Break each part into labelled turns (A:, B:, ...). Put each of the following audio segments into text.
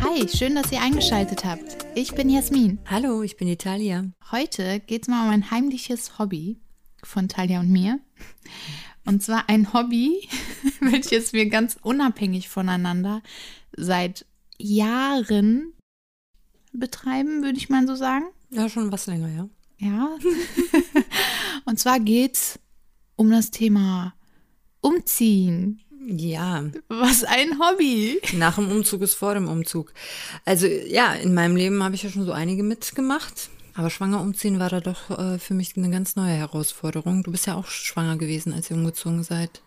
A: Hi, schön, dass ihr eingeschaltet habt. Ich bin Jasmin.
B: Hallo, ich bin Italia.
A: Heute geht es mal um ein heimliches Hobby von Talia und mir. Und zwar ein Hobby, welches wir ganz unabhängig voneinander seit Jahren betreiben, würde ich mal so sagen.
B: Ja, schon was länger, ja.
A: Ja. Und zwar geht's um das Thema Umziehen.
B: Ja,
A: Was ein Hobby.
B: nach dem Umzug ist vor dem Umzug. Also ja, in meinem Leben habe ich ja schon so einige mitgemacht. Aber schwanger umziehen war da doch äh, für mich eine ganz neue Herausforderung. Du bist ja auch schwanger gewesen, als ihr umgezogen seid.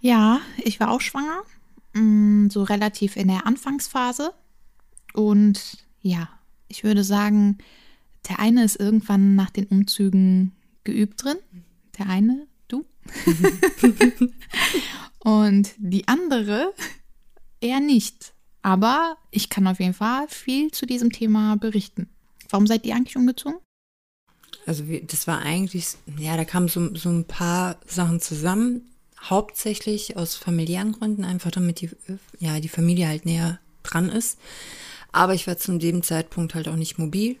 A: Ja, ich war auch schwanger, mm, so relativ in der Anfangsphase. Und ja, ich würde sagen, der eine ist irgendwann nach den Umzügen geübt drin. Der eine, du. Und die andere eher nicht. Aber ich kann auf jeden Fall viel zu diesem Thema berichten. Warum seid ihr eigentlich umgezogen?
B: Also wir, das war eigentlich, ja, da kamen so, so ein paar Sachen zusammen. Hauptsächlich aus familiären Gründen, einfach damit die, ja, die Familie halt näher dran ist. Aber ich war zu dem Zeitpunkt halt auch nicht mobil.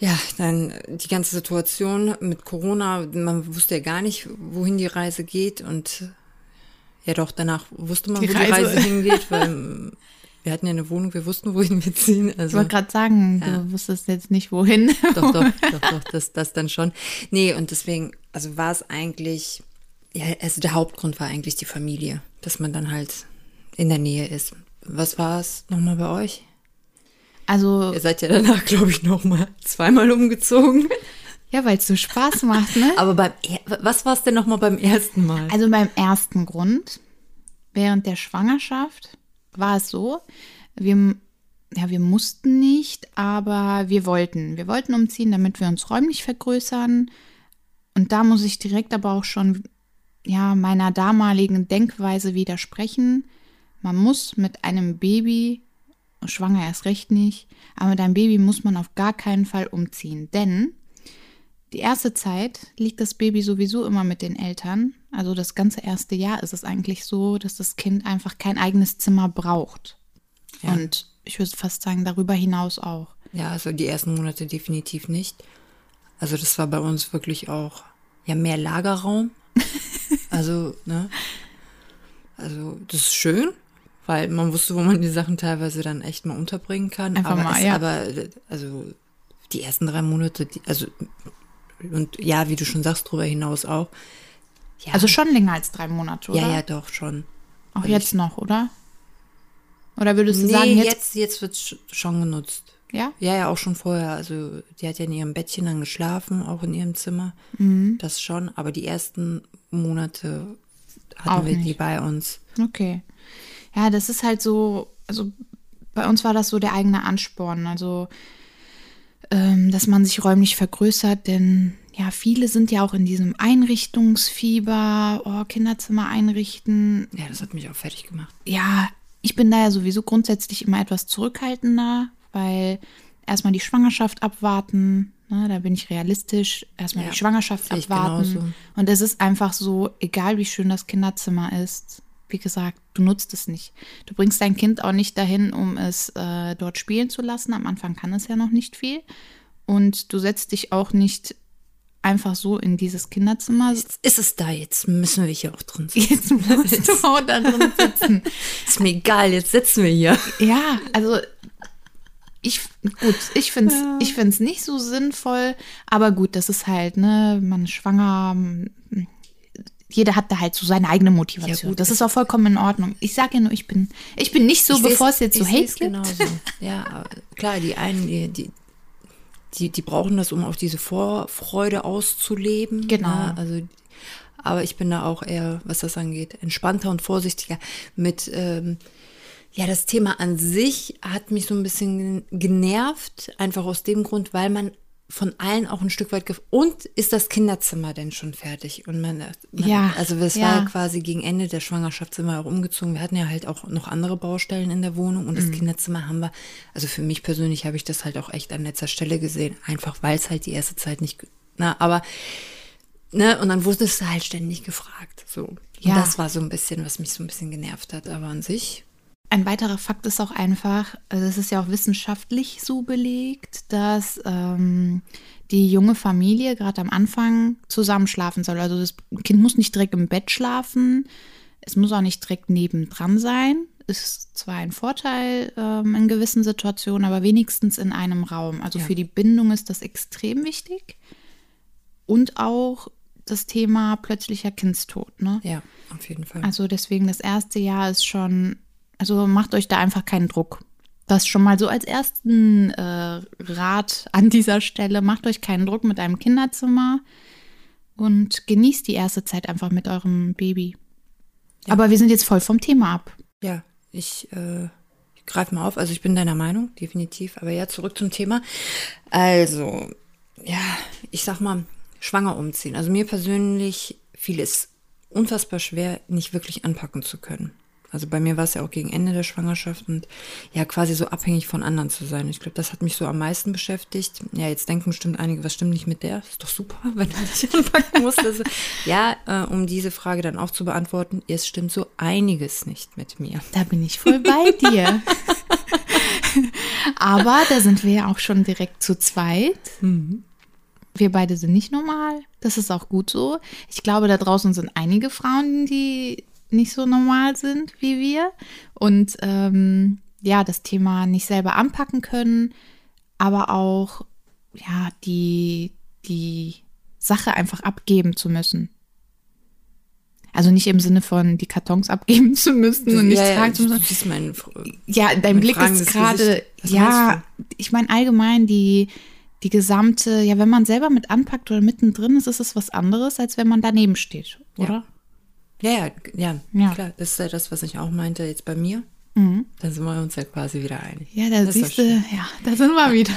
B: Ja, dann die ganze Situation mit Corona, man wusste ja gar nicht, wohin die Reise geht und ja doch, danach wusste man,
A: Die
B: wo die
A: Reise.
B: Reise hingeht, weil wir hatten ja eine Wohnung, wir wussten, wohin wir ziehen.
A: Ich
B: Also.
A: wollte gerade sagen,
B: Ja.
A: du wusstest jetzt nicht wohin.
B: doch, doch, doch, doch, das, das dann schon. Nee, und deswegen, also war es eigentlich, ja, also der Hauptgrund war eigentlich die Familie, dass man dann halt in der Nähe ist. Was war es nochmal bei euch?
A: Also
B: Ihr seid ja danach, glaube ich, nochmal zweimal umgezogen.
A: Ja, weil es so Spaß macht, ne?
B: Aber beim, er- was war es denn nochmal beim ersten Mal?
A: Also beim ersten Grund, während der Schwangerschaft, war es so, wir, ja, wir mussten nicht, aber wir wollten. Wir wollten umziehen, damit wir uns räumlich vergrößern. Und da muss ich direkt aber auch schon ja, meiner damaligen Denkweise widersprechen. Man muss mit einem Baby, schwanger erst recht nicht, aber mit einem Baby muss man auf gar keinen Fall umziehen. Denn die erste Zeit liegt das Baby sowieso immer mit den Eltern. Also das ganze erste Jahr ist es eigentlich so, dass das Kind einfach kein eigenes Zimmer braucht.
B: Ja.
A: Und ich würde fast sagen, darüber hinaus auch.
B: Ja, also die ersten Monate definitiv nicht. Also das war bei uns wirklich auch ja mehr Lagerraum. Also, ne? Also, das ist schön, weil man wusste, wo man die Sachen teilweise dann echt mal unterbringen kann.
A: Einfach
B: aber
A: mal,
B: es,
A: ja.
B: aber also die ersten drei Monate, die, also und ja, wie du schon sagst, drüber hinaus auch. Ja,
A: Also schon länger als drei Monate, oder?
B: ja, ja, doch, schon.
A: Auch
B: Also
A: jetzt noch, oder? Oder würdest du
B: Nee,
A: sagen, jetzt,
B: jetzt, jetzt wird's schon genutzt.
A: Ja?
B: Ja, ja, auch schon vorher. Also die hat ja in ihrem Bettchen dann geschlafen, auch in ihrem Zimmer.
A: Mhm.
B: Das schon, aber die ersten Monate hatten
A: Auch
B: wir die
A: nicht.
B: bei uns.
A: Okay. Ja, das ist halt so, also bei uns war das so der eigene Ansporn, also ähm, dass man sich räumlich vergrößert, denn ja, viele sind ja auch in diesem Einrichtungsfieber, oh, Kinderzimmer einrichten.
B: Ja, das hat mich auch fertig gemacht.
A: Ja, ich bin da ja sowieso grundsätzlich immer etwas zurückhaltender, weil erstmal die Schwangerschaft abwarten, ne, da bin ich realistisch, erstmal
B: Ja,
A: die Schwangerschaft
B: sehe ich
A: abwarten.
B: genauso.
A: Und es ist einfach so, egal wie schön das Kinderzimmer ist, wie gesagt, du nutzt es nicht. Du bringst dein Kind auch nicht dahin, um es äh, dort spielen zu lassen. Am Anfang kann es ja noch nicht viel. Und du setzt dich auch nicht einfach so in dieses Kinderzimmer.
B: Jetzt ist es da, jetzt müssen wir hier auch drin sitzen.
A: Jetzt musst du auch da drin sitzen.
B: Ist mir egal, jetzt sitzen wir hier.
A: Ja, also ich gut, ich find's ich find's nicht so sinnvoll, aber gut, das ist halt, ne, man ist schwanger m, jeder hat da halt so seine eigene Motivation.
B: Ja, gut,
A: das ist auch vollkommen in Ordnung. Ich sage ja nur, ich bin ich bin nicht so,
B: Ich
A: bevor
B: seh's- genau.
A: es jetzt so
B: ich
A: Hate
B: seh's
A: gibt.
B: Genauso. Ja, aber klar, die einen, die, die, die, die brauchen das, um auch diese Vorfreude auszuleben.
A: Genau.
B: Ne? Also, aber ich bin da auch eher, was das angeht, entspannter und vorsichtiger mit. Ähm, ja, das Thema an sich hat mich so ein bisschen genervt, einfach aus dem Grund, weil man von allen auch ein Stück weit gef und ist das Kinderzimmer denn schon fertig und man, man
A: Ja,
B: also es
A: ja.
B: war ja quasi gegen Ende der Schwangerschaft sind wir auch umgezogen wir hatten ja halt auch noch andere Baustellen in der Wohnung und das Kinderzimmer haben wir also für mich persönlich habe ich das halt auch echt an letzter Stelle gesehen einfach weil es halt die erste Zeit nicht ge- na aber ne und dann wurdest du halt ständig gefragt so und
A: Ja.
B: das war so ein bisschen was mich so ein bisschen genervt hat aber an sich
A: Ein weiterer Fakt ist auch einfach, also es ist ja auch wissenschaftlich so belegt, dass ähm, die junge Familie gerade am Anfang zusammenschlafen soll. Also das Kind muss nicht direkt im Bett schlafen, es muss auch nicht direkt nebendran sein. Ist zwar ein Vorteil ähm, in gewissen Situationen, aber wenigstens in einem Raum. Also
B: Ja.
A: für die Bindung ist das extrem wichtig. Und auch das Thema plötzlicher Kindstod. Ne?
B: ja auf jeden Fall
A: Also deswegen das erste Jahr ist schon, also macht euch da einfach keinen Druck. Das schon mal so als ersten äh, Rat an dieser Stelle, macht euch keinen Druck mit einem Kinderzimmer und genießt die erste Zeit einfach mit eurem Baby. Aber wir sind jetzt voll vom Thema ab.
B: Ja, ich, äh, ich greife mal auf. Also ich bin deiner Meinung, definitiv. Aber ja, zurück zum Thema. Also, ja, ich sag mal, schwanger umziehen. Also mir persönlich fiel es unfassbar schwer, nicht wirklich anpacken zu können. Also bei mir war es ja auch gegen Ende der Schwangerschaft und ja, quasi so abhängig von anderen zu sein. Ich glaube, das hat mich so am meisten beschäftigt. Ja, jetzt denken bestimmt einige, was stimmt nicht mit der? Ist doch super, wenn du dich anpacken musst. Also, ja, äh, um diese Frage dann auch zu beantworten, es stimmt so einiges nicht mit mir.
A: Da bin ich voll bei dir. Aber da sind wir ja auch schon direkt zu zweit.
B: Mhm.
A: Wir beide sind nicht normal. Das ist auch gut so. Ich glaube, da draußen sind einige Frauen, die nicht so normal sind wie wir. Und ähm, ja, das Thema nicht selber anpacken können, aber auch ja, die, die Sache einfach abgeben zu müssen. Also nicht im Sinne von die Kartons abgeben zu müssen und nicht
B: ja,
A: tragen zu
B: ja,
A: müssen,
B: du siehst meinen Fr- äh,
A: ja, dein
B: Mein
A: Blick ist
B: fragendes
A: gerade,
B: Gesicht. Was
A: ja, ich meine allgemein die, die gesamte, ja, wenn man selber mit anpackt oder mittendrin ist, ist es was anderes, als wenn man daneben steht, oder?
B: Ja, ja, ja,
A: Ja. Mhm.
B: klar. Das ist ja das, was ich auch meinte jetzt bei mir. Da sind wir uns ja quasi wieder einig.
A: Ja, da
B: Das ist doch
A: siehst du, ja, da sind wir wieder.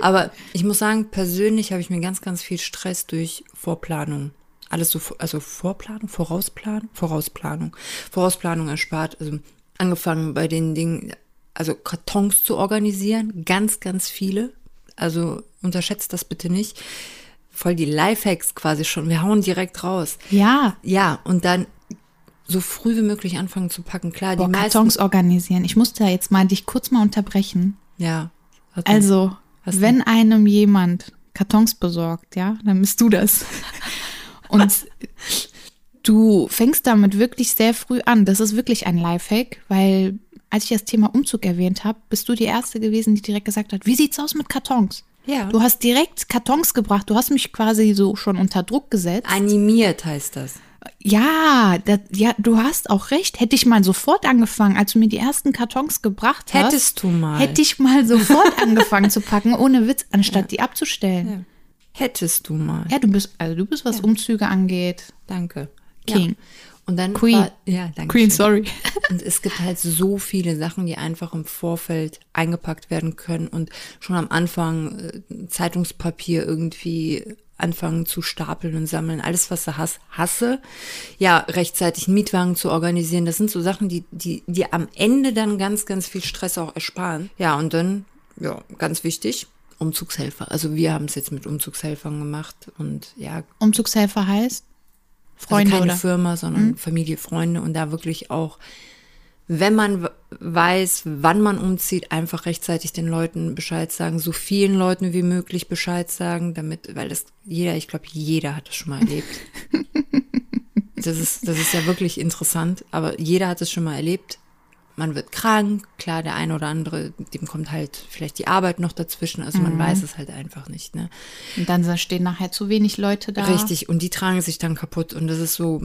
B: Aber ich muss sagen, persönlich habe ich mir ganz, ganz viel Stress durch Vorplanung. Alles so, also Vorplanung, Vorausplanung, Vorausplanung, Vorausplanung erspart. Also angefangen bei den Dingen, also Kartons zu organisieren, ganz, ganz viele. Also unterschätzt das bitte nicht. Voll die Lifehacks quasi schon. Wir hauen direkt raus.
A: Ja,
B: Ja, und dann so früh wie möglich anfangen zu packen. Klar,
A: boah,
B: die meisten.
A: Kartons organisieren. Ich musste ja jetzt mal dich kurz mal unterbrechen.
B: Ja. Warte.
A: Also,
B: Was
A: wenn einem jemand Kartons besorgt, ja, dann bist du das. Und du fängst damit wirklich sehr früh an. Das ist wirklich ein Lifehack, weil als ich das Thema Umzug erwähnt habe, bist du die Erste gewesen, die direkt gesagt hat, wie sieht's aus mit Kartons?
B: Ja.
A: Du hast direkt Kartons gebracht, du hast mich quasi so schon unter Druck gesetzt.
B: animiert heißt das.
A: ja, das, ja, du hast auch recht. Hätte ich mal sofort angefangen, als du mir die ersten Kartons gebracht hast.
B: Hättest du mal.
A: Hätte ich mal sofort angefangen zu packen, ohne Witz, anstatt die abzustellen.
B: Hättest du mal.
A: Ja. du bist, also du bist, was Umzüge angeht.
B: Danke.
A: King.
B: Ja. Und dann
A: Queen.
B: War, ja, danke.
A: Queen,
B: schön.
A: sorry.
B: Und es gibt halt so viele Sachen, die einfach im Vorfeld eingepackt werden können und schon am Anfang äh, Zeitungspapier irgendwie anfangen zu stapeln und sammeln. Alles, was du hast, hasse. Ja, rechtzeitig einen Mietwagen zu organisieren. Das sind so Sachen, die, die, die am Ende dann ganz, ganz viel Stress auch ersparen. Ja, und dann, ja, ganz wichtig. Umzugshelfer. Also wir haben es jetzt mit Umzugshelfern gemacht und ja,
A: Umzugshelfer heißt
B: also
A: Freunde,
B: keine
A: oder? Mhm.
B: Firma, sondern Familie, Freunde und da wirklich auch, wenn man w- weiß, wann man umzieht, einfach rechtzeitig den Leuten Bescheid sagen, so vielen Leuten wie möglich Bescheid sagen, damit, weil das jeder, ich glaube, jeder hat es schon mal erlebt. das ist, das ist ja wirklich interessant, aber jeder hat es schon mal erlebt. Man wird krank, klar, der eine oder andere, dem kommt halt vielleicht die Arbeit noch dazwischen, also
A: Mhm.
B: man weiß es halt einfach nicht, ne?
A: Und dann stehen nachher zu wenig Leute da.
B: Richtig, und die tragen sich dann kaputt. Und das ist so,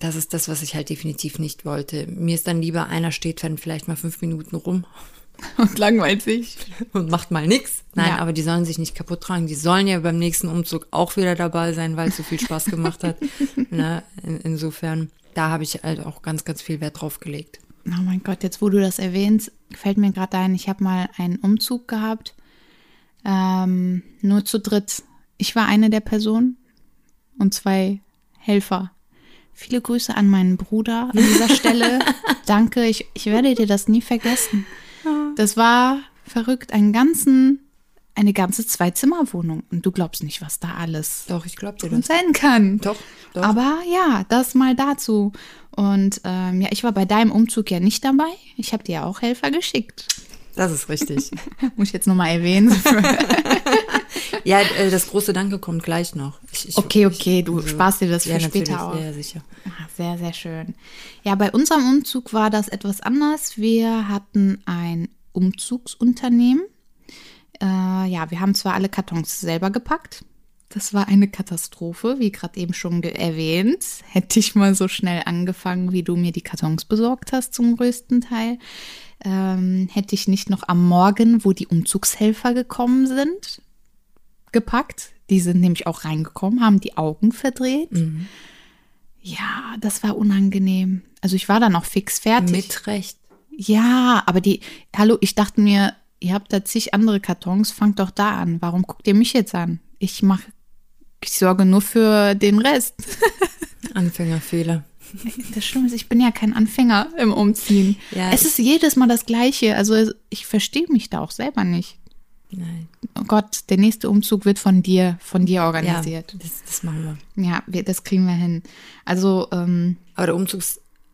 B: das ist das, was ich halt definitiv nicht wollte. Mir ist dann lieber, einer steht dann vielleicht mal fünf Minuten rum
A: Und langweilt sich.
B: und macht mal nichts. Nein,
A: Ja.
B: aber die sollen sich nicht kaputt tragen. Die sollen ja beim nächsten Umzug auch wieder dabei sein, weil es so viel Spaß gemacht hat. Ne? In, insofern, da habe ich halt auch ganz, ganz viel Wert drauf gelegt.
A: Oh mein Gott, jetzt wo du das erwähnst, fällt mir gerade ein, ich habe mal einen Umzug gehabt. Ähm, nur zu dritt. Ich war eine der Personen und zwei Helfer. Viele Grüße an meinen Bruder an dieser Stelle. Danke, ich, ich werde dir das nie vergessen. Das war verrückt, einen ganzen, eine ganze Zwei-Zimmer-Wohnung. Und du glaubst nicht, was da alles
B: Doch, ich glaube dir
A: und
B: das.
A: sein kann.
B: Doch, doch.
A: Aber ja, das mal dazu. Und ähm, ja, ich war bei deinem Umzug ja nicht dabei. Ich habe dir ja auch Helfer geschickt.
B: Das ist richtig.
A: Muss ich jetzt nochmal erwähnen.
B: ja, äh, das große Danke kommt gleich noch. Ich, ich,
A: Okay, okay, du sparst dir das für
B: ja,
A: später
B: natürlich.
A: auf.
B: Ja, sicher.
A: Ah, Sehr, sehr schön. Ja, bei unserem Umzug war das etwas anders. Wir hatten ein Umzugsunternehmen. Äh, ja, wir haben zwar alle Kartons selber gepackt. Das war eine Katastrophe, wie gerade eben schon ge- erwähnt. Hätte ich mal so schnell angefangen, wie du mir die Kartons besorgt hast, zum größten Teil. Ähm, hätte ich nicht noch am Morgen, wo die Umzugshelfer gekommen sind, gepackt. Die sind nämlich auch reingekommen, haben die Augen verdreht. Ja, das war unangenehm. Also ich war dann auch fix fertig.
B: Mit Recht.
A: Ja, aber die, hallo, ich dachte mir, ihr habt da zig andere Kartons, fangt doch da an. Warum guckt ihr mich jetzt an? Ich mache, ich sorge nur für den Rest.
B: Anfängerfehler.
A: Das Schlimme ist, ich bin ja kein Anfänger im Umziehen.
B: Ja,
A: es ist jedes Mal das Gleiche. Also es- ich verstehe mich da auch selber nicht.
B: Nein.
A: Oh Gott, der nächste Umzug wird von dir, von dir
B: Ja,
A: organisiert.
B: das, das machen wir.
A: Ja, wir, das kriegen wir hin. Also, ähm,
B: Aber der Umzug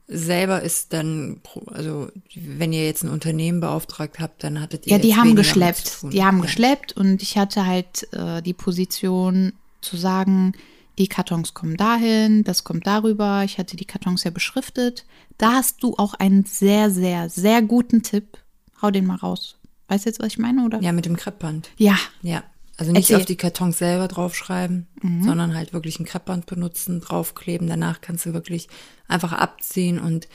B: selber ist dann, pro- also wenn ihr jetzt ein Unternehmen beauftragt habt, dann hattet ihr
A: Ja, die
B: jetzt
A: haben
B: weniger mit zu
A: geschleppt.
B: tun.
A: Die haben
B: Ja.
A: geschleppt und ich hatte halt äh, die Position zu sagen, die Kartons kommen dahin, das kommt darüber. Ich hatte die Kartons ja beschriftet. Da hast du auch einen sehr, sehr, sehr guten Tipp. Hau den mal raus. Weißt du jetzt, was ich meine, oder?
B: Ja, mit dem Kreppband.
A: Ja,
B: Ja. Also nicht
A: Erzähl. Mhm.
B: auf die Kartons selber draufschreiben, sondern halt wirklich ein Kreppband benutzen, draufkleben. Danach kannst du wirklich einfach abziehen. Und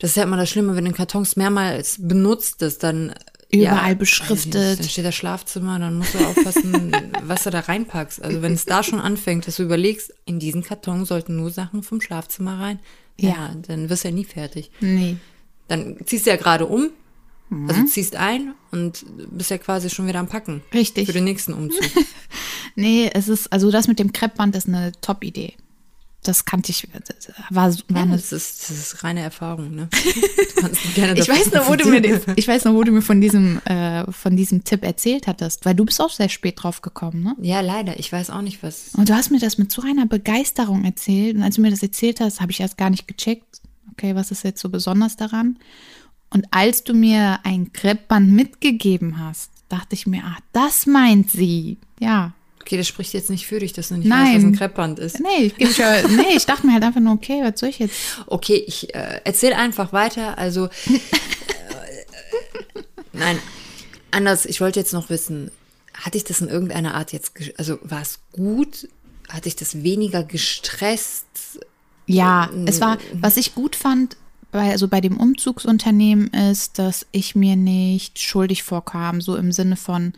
B: das ist ja immer das Schlimme, wenn du Kartons mehrmals benutzt ist, dann
A: Überall
B: ja,
A: beschriftet.
B: weiß ich nicht, Dann steht das Schlafzimmer, dann musst du aufpassen, was du da reinpackst. Also wenn es da schon anfängt, dass du überlegst, in diesen Karton sollten nur Sachen vom Schlafzimmer rein, ja,
A: Ja.
B: dann wirst du ja nie fertig.
A: nee.
B: Dann ziehst du ja gerade um,
A: Mhm.
B: also ziehst ein und bist ja quasi schon wieder am Packen.
A: Richtig.
B: Für den nächsten Umzug.
A: Nee, es ist, also das mit dem Kreppband ist eine Top-Idee. Das kannte ich, das war, war eine
B: Das ist, das ist reine Erfahrung, ne? Du kannst gerne
A: Ich
B: davon
A: weiß, noch, wo du mir den, ich weiß noch, wo du mir von diesem, äh, von diesem Tipp erzählt hattest, weil du bist auch sehr spät drauf gekommen, ne?
B: Ja, leider. Ich weiß auch nicht, was.
A: Und du hast mir das mit so einer Begeisterung erzählt. Und als du mir das erzählt hast, habe ich erst gar nicht gecheckt, okay, was ist jetzt so besonders daran? Und als du mir ein Kreppband mitgegeben hast, dachte ich mir, ach, das meint sie. Ja.
B: Okay, das spricht jetzt nicht für dich, dass du nicht
A: Nein.
B: weißt, was ein Kreppband ist.
A: Nee, ich, geb's ja, nee, ich dachte mir halt einfach nur, okay, was soll ich jetzt?
B: Okay, ich äh, erzähle einfach weiter. Also. äh, nein, anders. Ich wollte jetzt noch wissen, hatte ich das in irgendeiner Art jetzt. gesch- Also, war es gut? Hatte ich das weniger gestresst?
A: Ja, es war, was ich gut fand, bei, also bei dem Umzugsunternehmen ist, dass ich mir nicht schuldig vorkam, so im Sinne von,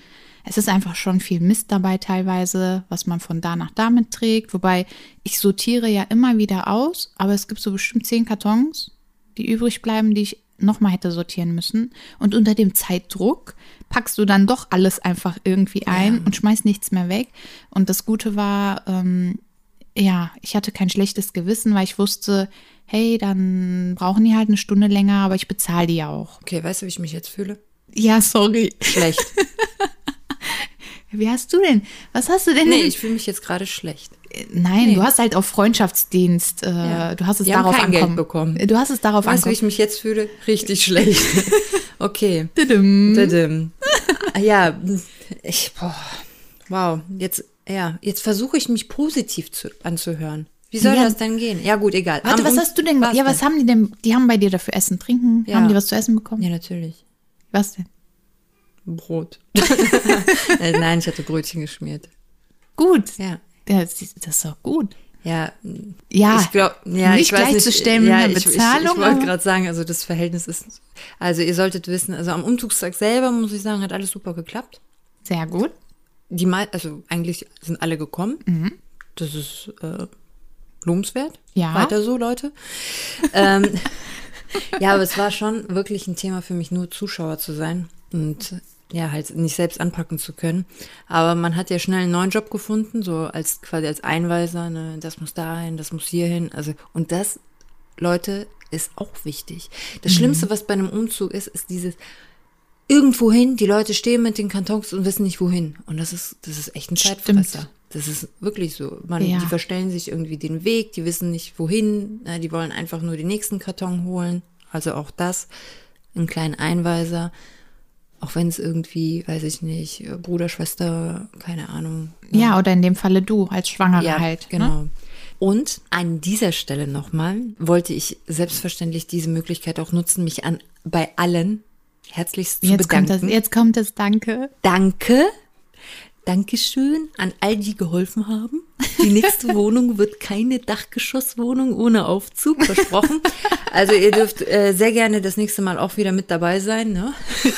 A: es ist einfach schon viel Mist dabei teilweise, was man von da nach da mitträgt. Wobei ich sortiere ja immer wieder aus, aber es gibt so bestimmt zehn Kartons, die übrig bleiben, die ich nochmal hätte sortieren müssen. Und unter dem Zeitdruck packst du dann doch alles einfach irgendwie ein und schmeißt nichts mehr weg. Und das Gute war, ähm, ja, ich hatte kein schlechtes Gewissen, weil ich wusste, hey, dann brauchen die halt eine Stunde länger, aber ich bezahle die ja auch.
B: Okay, weißt du, wie ich mich jetzt fühle?
A: Ja, sorry.
B: Schlecht.
A: Wie hast du denn? Was hast du denn?
B: Nee, ich fühle mich jetzt gerade schlecht.
A: Nein, du hast halt auf Freundschaftsdienst, äh,
B: Ja.
A: du hast es
B: Die haben
A: darauf
B: kein Geld
A: ankommen.
B: bekommen.
A: Du hast es darauf
B: Weißt du, wie
A: ankommen.
B: ich mich jetzt fühle? Richtig schlecht. Okay.
A: Didim.
B: Didim. Ah, Ja, ich, boah, wow. Jetzt, ja, jetzt versuche ich mich positiv zu, anzuhören. Wie soll
A: Ja.
B: das denn gehen? Ja, gut, egal.
A: Warte,
B: Am
A: was
B: Um-
A: hast du denn?
B: Was
A: ja, was haben die denn? Die haben bei dir dafür Essen, Trinken?
B: Ja.
A: Haben die was zu essen bekommen?
B: Ja, natürlich.
A: Was denn?
B: Brot. Äh, Nein, ich hatte Brötchen geschmiert.
A: Gut.
B: Ja.
A: Ja, das ist das ist doch gut.
B: Ja,
A: Ja,
B: ich glaube, ja,
A: Ah, nicht
B: ich weiß
A: gleichzustellen
B: nicht,
A: mit
B: ja,
A: einer
B: Ich, ich,
A: Bezahlung,
B: ich wollte
A: aber-
B: gerade sagen, also das Verhältnis ist, also ihr solltet wissen, also am Umzugstag selber, muss ich sagen, hat alles super geklappt.
A: sehr gut.
B: Die mei- also eigentlich sind alle gekommen. Das ist äh, lobenswert.
A: Ja.
B: Weiter so, Leute. ähm, ja, aber es war schon wirklich ein Thema für mich, nur Zuschauer zu sein. Und ja, halt nicht selbst anpacken zu können. Aber man hat ja schnell einen neuen Job gefunden, so als quasi als Einweiser, ne, das muss dahin, das muss hierhin. Also, und das, Leute, ist auch wichtig. Das Schlimmste, was bei einem Umzug ist, ist dieses irgendwohin, die Leute stehen mit den Kartons und wissen nicht wohin. Und das ist, das ist echt ein
A: Stimmt.
B: Zeitfresser. Das ist wirklich so. Man,
A: Ja.
B: Die verstellen sich irgendwie den Weg, die wissen nicht wohin, ne, die wollen einfach nur den nächsten Karton holen. Also auch das, einen kleinen Einweiser. Auch wenn es irgendwie, weiß ich nicht, äh, Bruder, Schwester, keine Ahnung.
A: Ja, oder in dem Falle du als Schwangere halt. Ne?
B: ne? genau. Und an dieser Stelle nochmal wollte ich selbstverständlich diese Möglichkeit auch nutzen, mich an bei allen herzlichst zu
A: Jetzt kommt,
B: bedanken.
A: das, jetzt kommt das Danke.
B: Danke. Dankeschön an all die geholfen haben. Die nächste Wohnung wird keine Dachgeschosswohnung ohne Aufzug, versprochen. Also ihr dürft äh, sehr gerne das nächste Mal auch wieder mit dabei sein. Ne?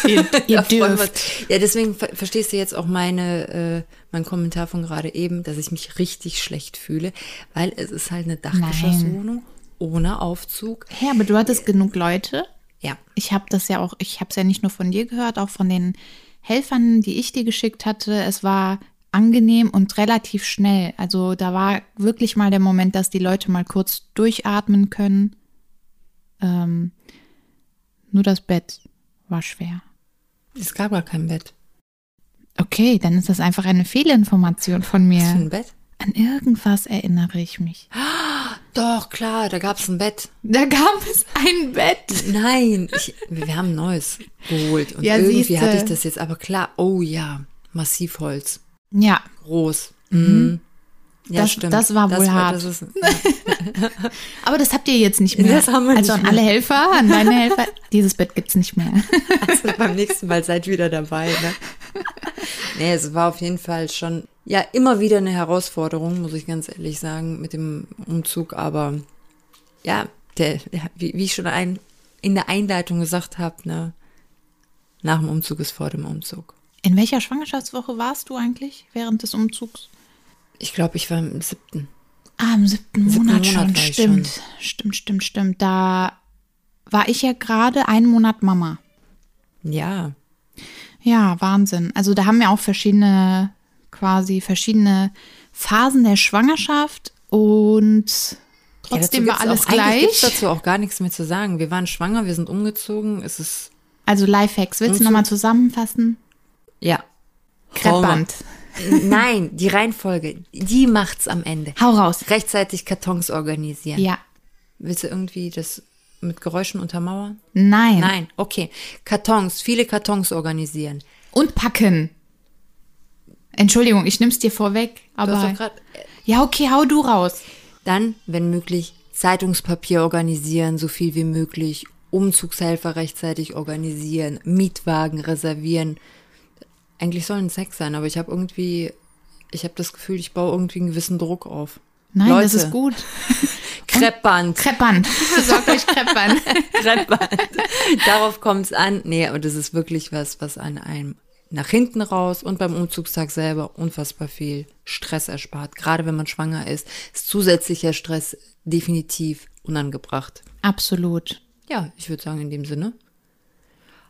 A: Ihr, ihr
B: Da freuen wir uns.
A: dürft.
B: Ja, deswegen ver verstehst du jetzt auch meine, äh, mein Kommentar von gerade eben, dass ich mich richtig schlecht fühle, weil es ist halt eine Dachgeschosswohnung ohne Aufzug.
A: Ja, aber du hattest genug Leute.
B: Ja,
A: Ich habe das ja auch, ich habe es ja nicht nur von dir gehört, auch von den Helfern, die ich dir geschickt hatte. Es war angenehm und relativ schnell. Also da war wirklich mal der Moment, dass die Leute mal kurz durchatmen können. Ähm, nur das Bett war schwer.
B: es gab gar kein Bett.
A: Okay, dann ist das einfach eine Fehlinformation von
B: Was für
A: mir.
B: ein Bett?
A: An irgendwas erinnere ich mich.
B: Doch, klar, da gab es ein Bett.
A: Da gab es ein Bett.
B: Nein, ich, wir haben ein neues geholt. Und
A: Ja,
B: irgendwie
A: siehste.
B: hatte ich das jetzt aber klar. Oh ja, Massivholz,
A: Ja,
B: groß. Mhm. Ja,
A: Das-
B: stimmt.
A: das war wohl hart.
B: Das ist,
A: Aber das habt ihr jetzt nicht mehr.
B: Das haben wir
A: also
B: nicht
A: an alle Helfer, an deine Helfer, dieses Bett gibt's nicht mehr.
B: Also beim nächsten Mal seid wieder dabei. Ne? Nee, es war auf jeden Fall schon ja immer wieder eine Herausforderung, muss ich ganz ehrlich sagen, mit dem Umzug. Aber ja, der, ja, wie, wie ich schon ein, in der Einleitung gesagt habe, ne, nach dem Umzug ist vor dem Umzug.
A: In welcher Schwangerschaftswoche warst du eigentlich während des Umzugs?
B: Ich glaube, ich war im siebten.
A: Ah, im siebten
B: siebten
A: Monat,
B: Monat
A: schon.
B: war ich
A: Stimmt, stimmt, stimmt, stimmt. Da war ich ja gerade einen Monat Mama.
B: Ja,
A: Ja, Wahnsinn. Also da haben wir auch verschiedene, quasi verschiedene Phasen der Schwangerschaft und trotzdem
B: ja, dazu
A: war alles
B: gibt's auch, eigentlich gibt's
A: gleich.
B: dazu auch gar nichts mehr zu sagen. Wir waren schwanger, wir sind umgezogen. Es ist
A: Also Lifehacks, willst du
B: Mhm.
A: nochmal zusammenfassen?
B: ja.
A: Kreppband.
B: Nein, die Reihenfolge, die macht's am Ende.
A: Hau raus.
B: rechtzeitig Kartons organisieren.
A: Ja.
B: Willst du irgendwie das mit Geräuschen untermauern?
A: Nein.
B: Nein, okay. Kartons, viele Kartons organisieren.
A: Und packen. Entschuldigung, ich nimm's dir vorweg,
B: Du hast
A: aber.
B: doch grad,
A: Ja, okay, hau du raus.
B: dann, wenn möglich, Zeitungspapier organisieren, so viel wie möglich, Umzugshelfer rechtzeitig organisieren, Mietwagen reservieren. Eigentlich sollen es sechs sein, aber ich habe irgendwie, ich habe das Gefühl, ich baue irgendwie einen gewissen Druck auf.
A: Nein,
B: Leute,
A: das ist gut.
B: Kreppband.
A: Kreppern. Besorgt euch Kreppern.
B: Treppband. Darauf kommt es an. Nee, aber das ist wirklich was, was an einem nach hinten raus und beim Umzugstag selber unfassbar viel Stress erspart. Gerade wenn man schwanger ist, ist zusätzlicher Stress definitiv unangebracht.
A: Absolut.
B: Ja, ich würde sagen in dem Sinne.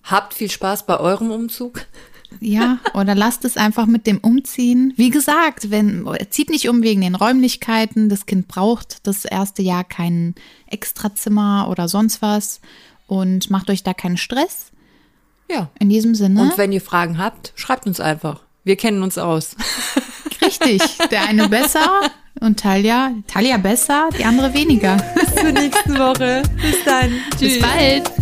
B: Habt viel Spaß bei eurem Umzug.
A: Ja, oder lasst es einfach mit dem Umziehen. Wie gesagt, wenn, zieht nicht um wegen den Räumlichkeiten. Das Kind braucht das erste Jahr kein Extrazimmer oder sonst was. Und macht euch da keinen Stress.
B: Ja.
A: In diesem Sinne.
B: Und wenn ihr Fragen habt, schreibt uns einfach. Wir kennen uns aus.
A: Richtig. Der eine besser und Talia, Talia besser, die andere weniger.
B: Bis zur nächsten Woche. Bis dann. Tschüss.
A: Bis bald.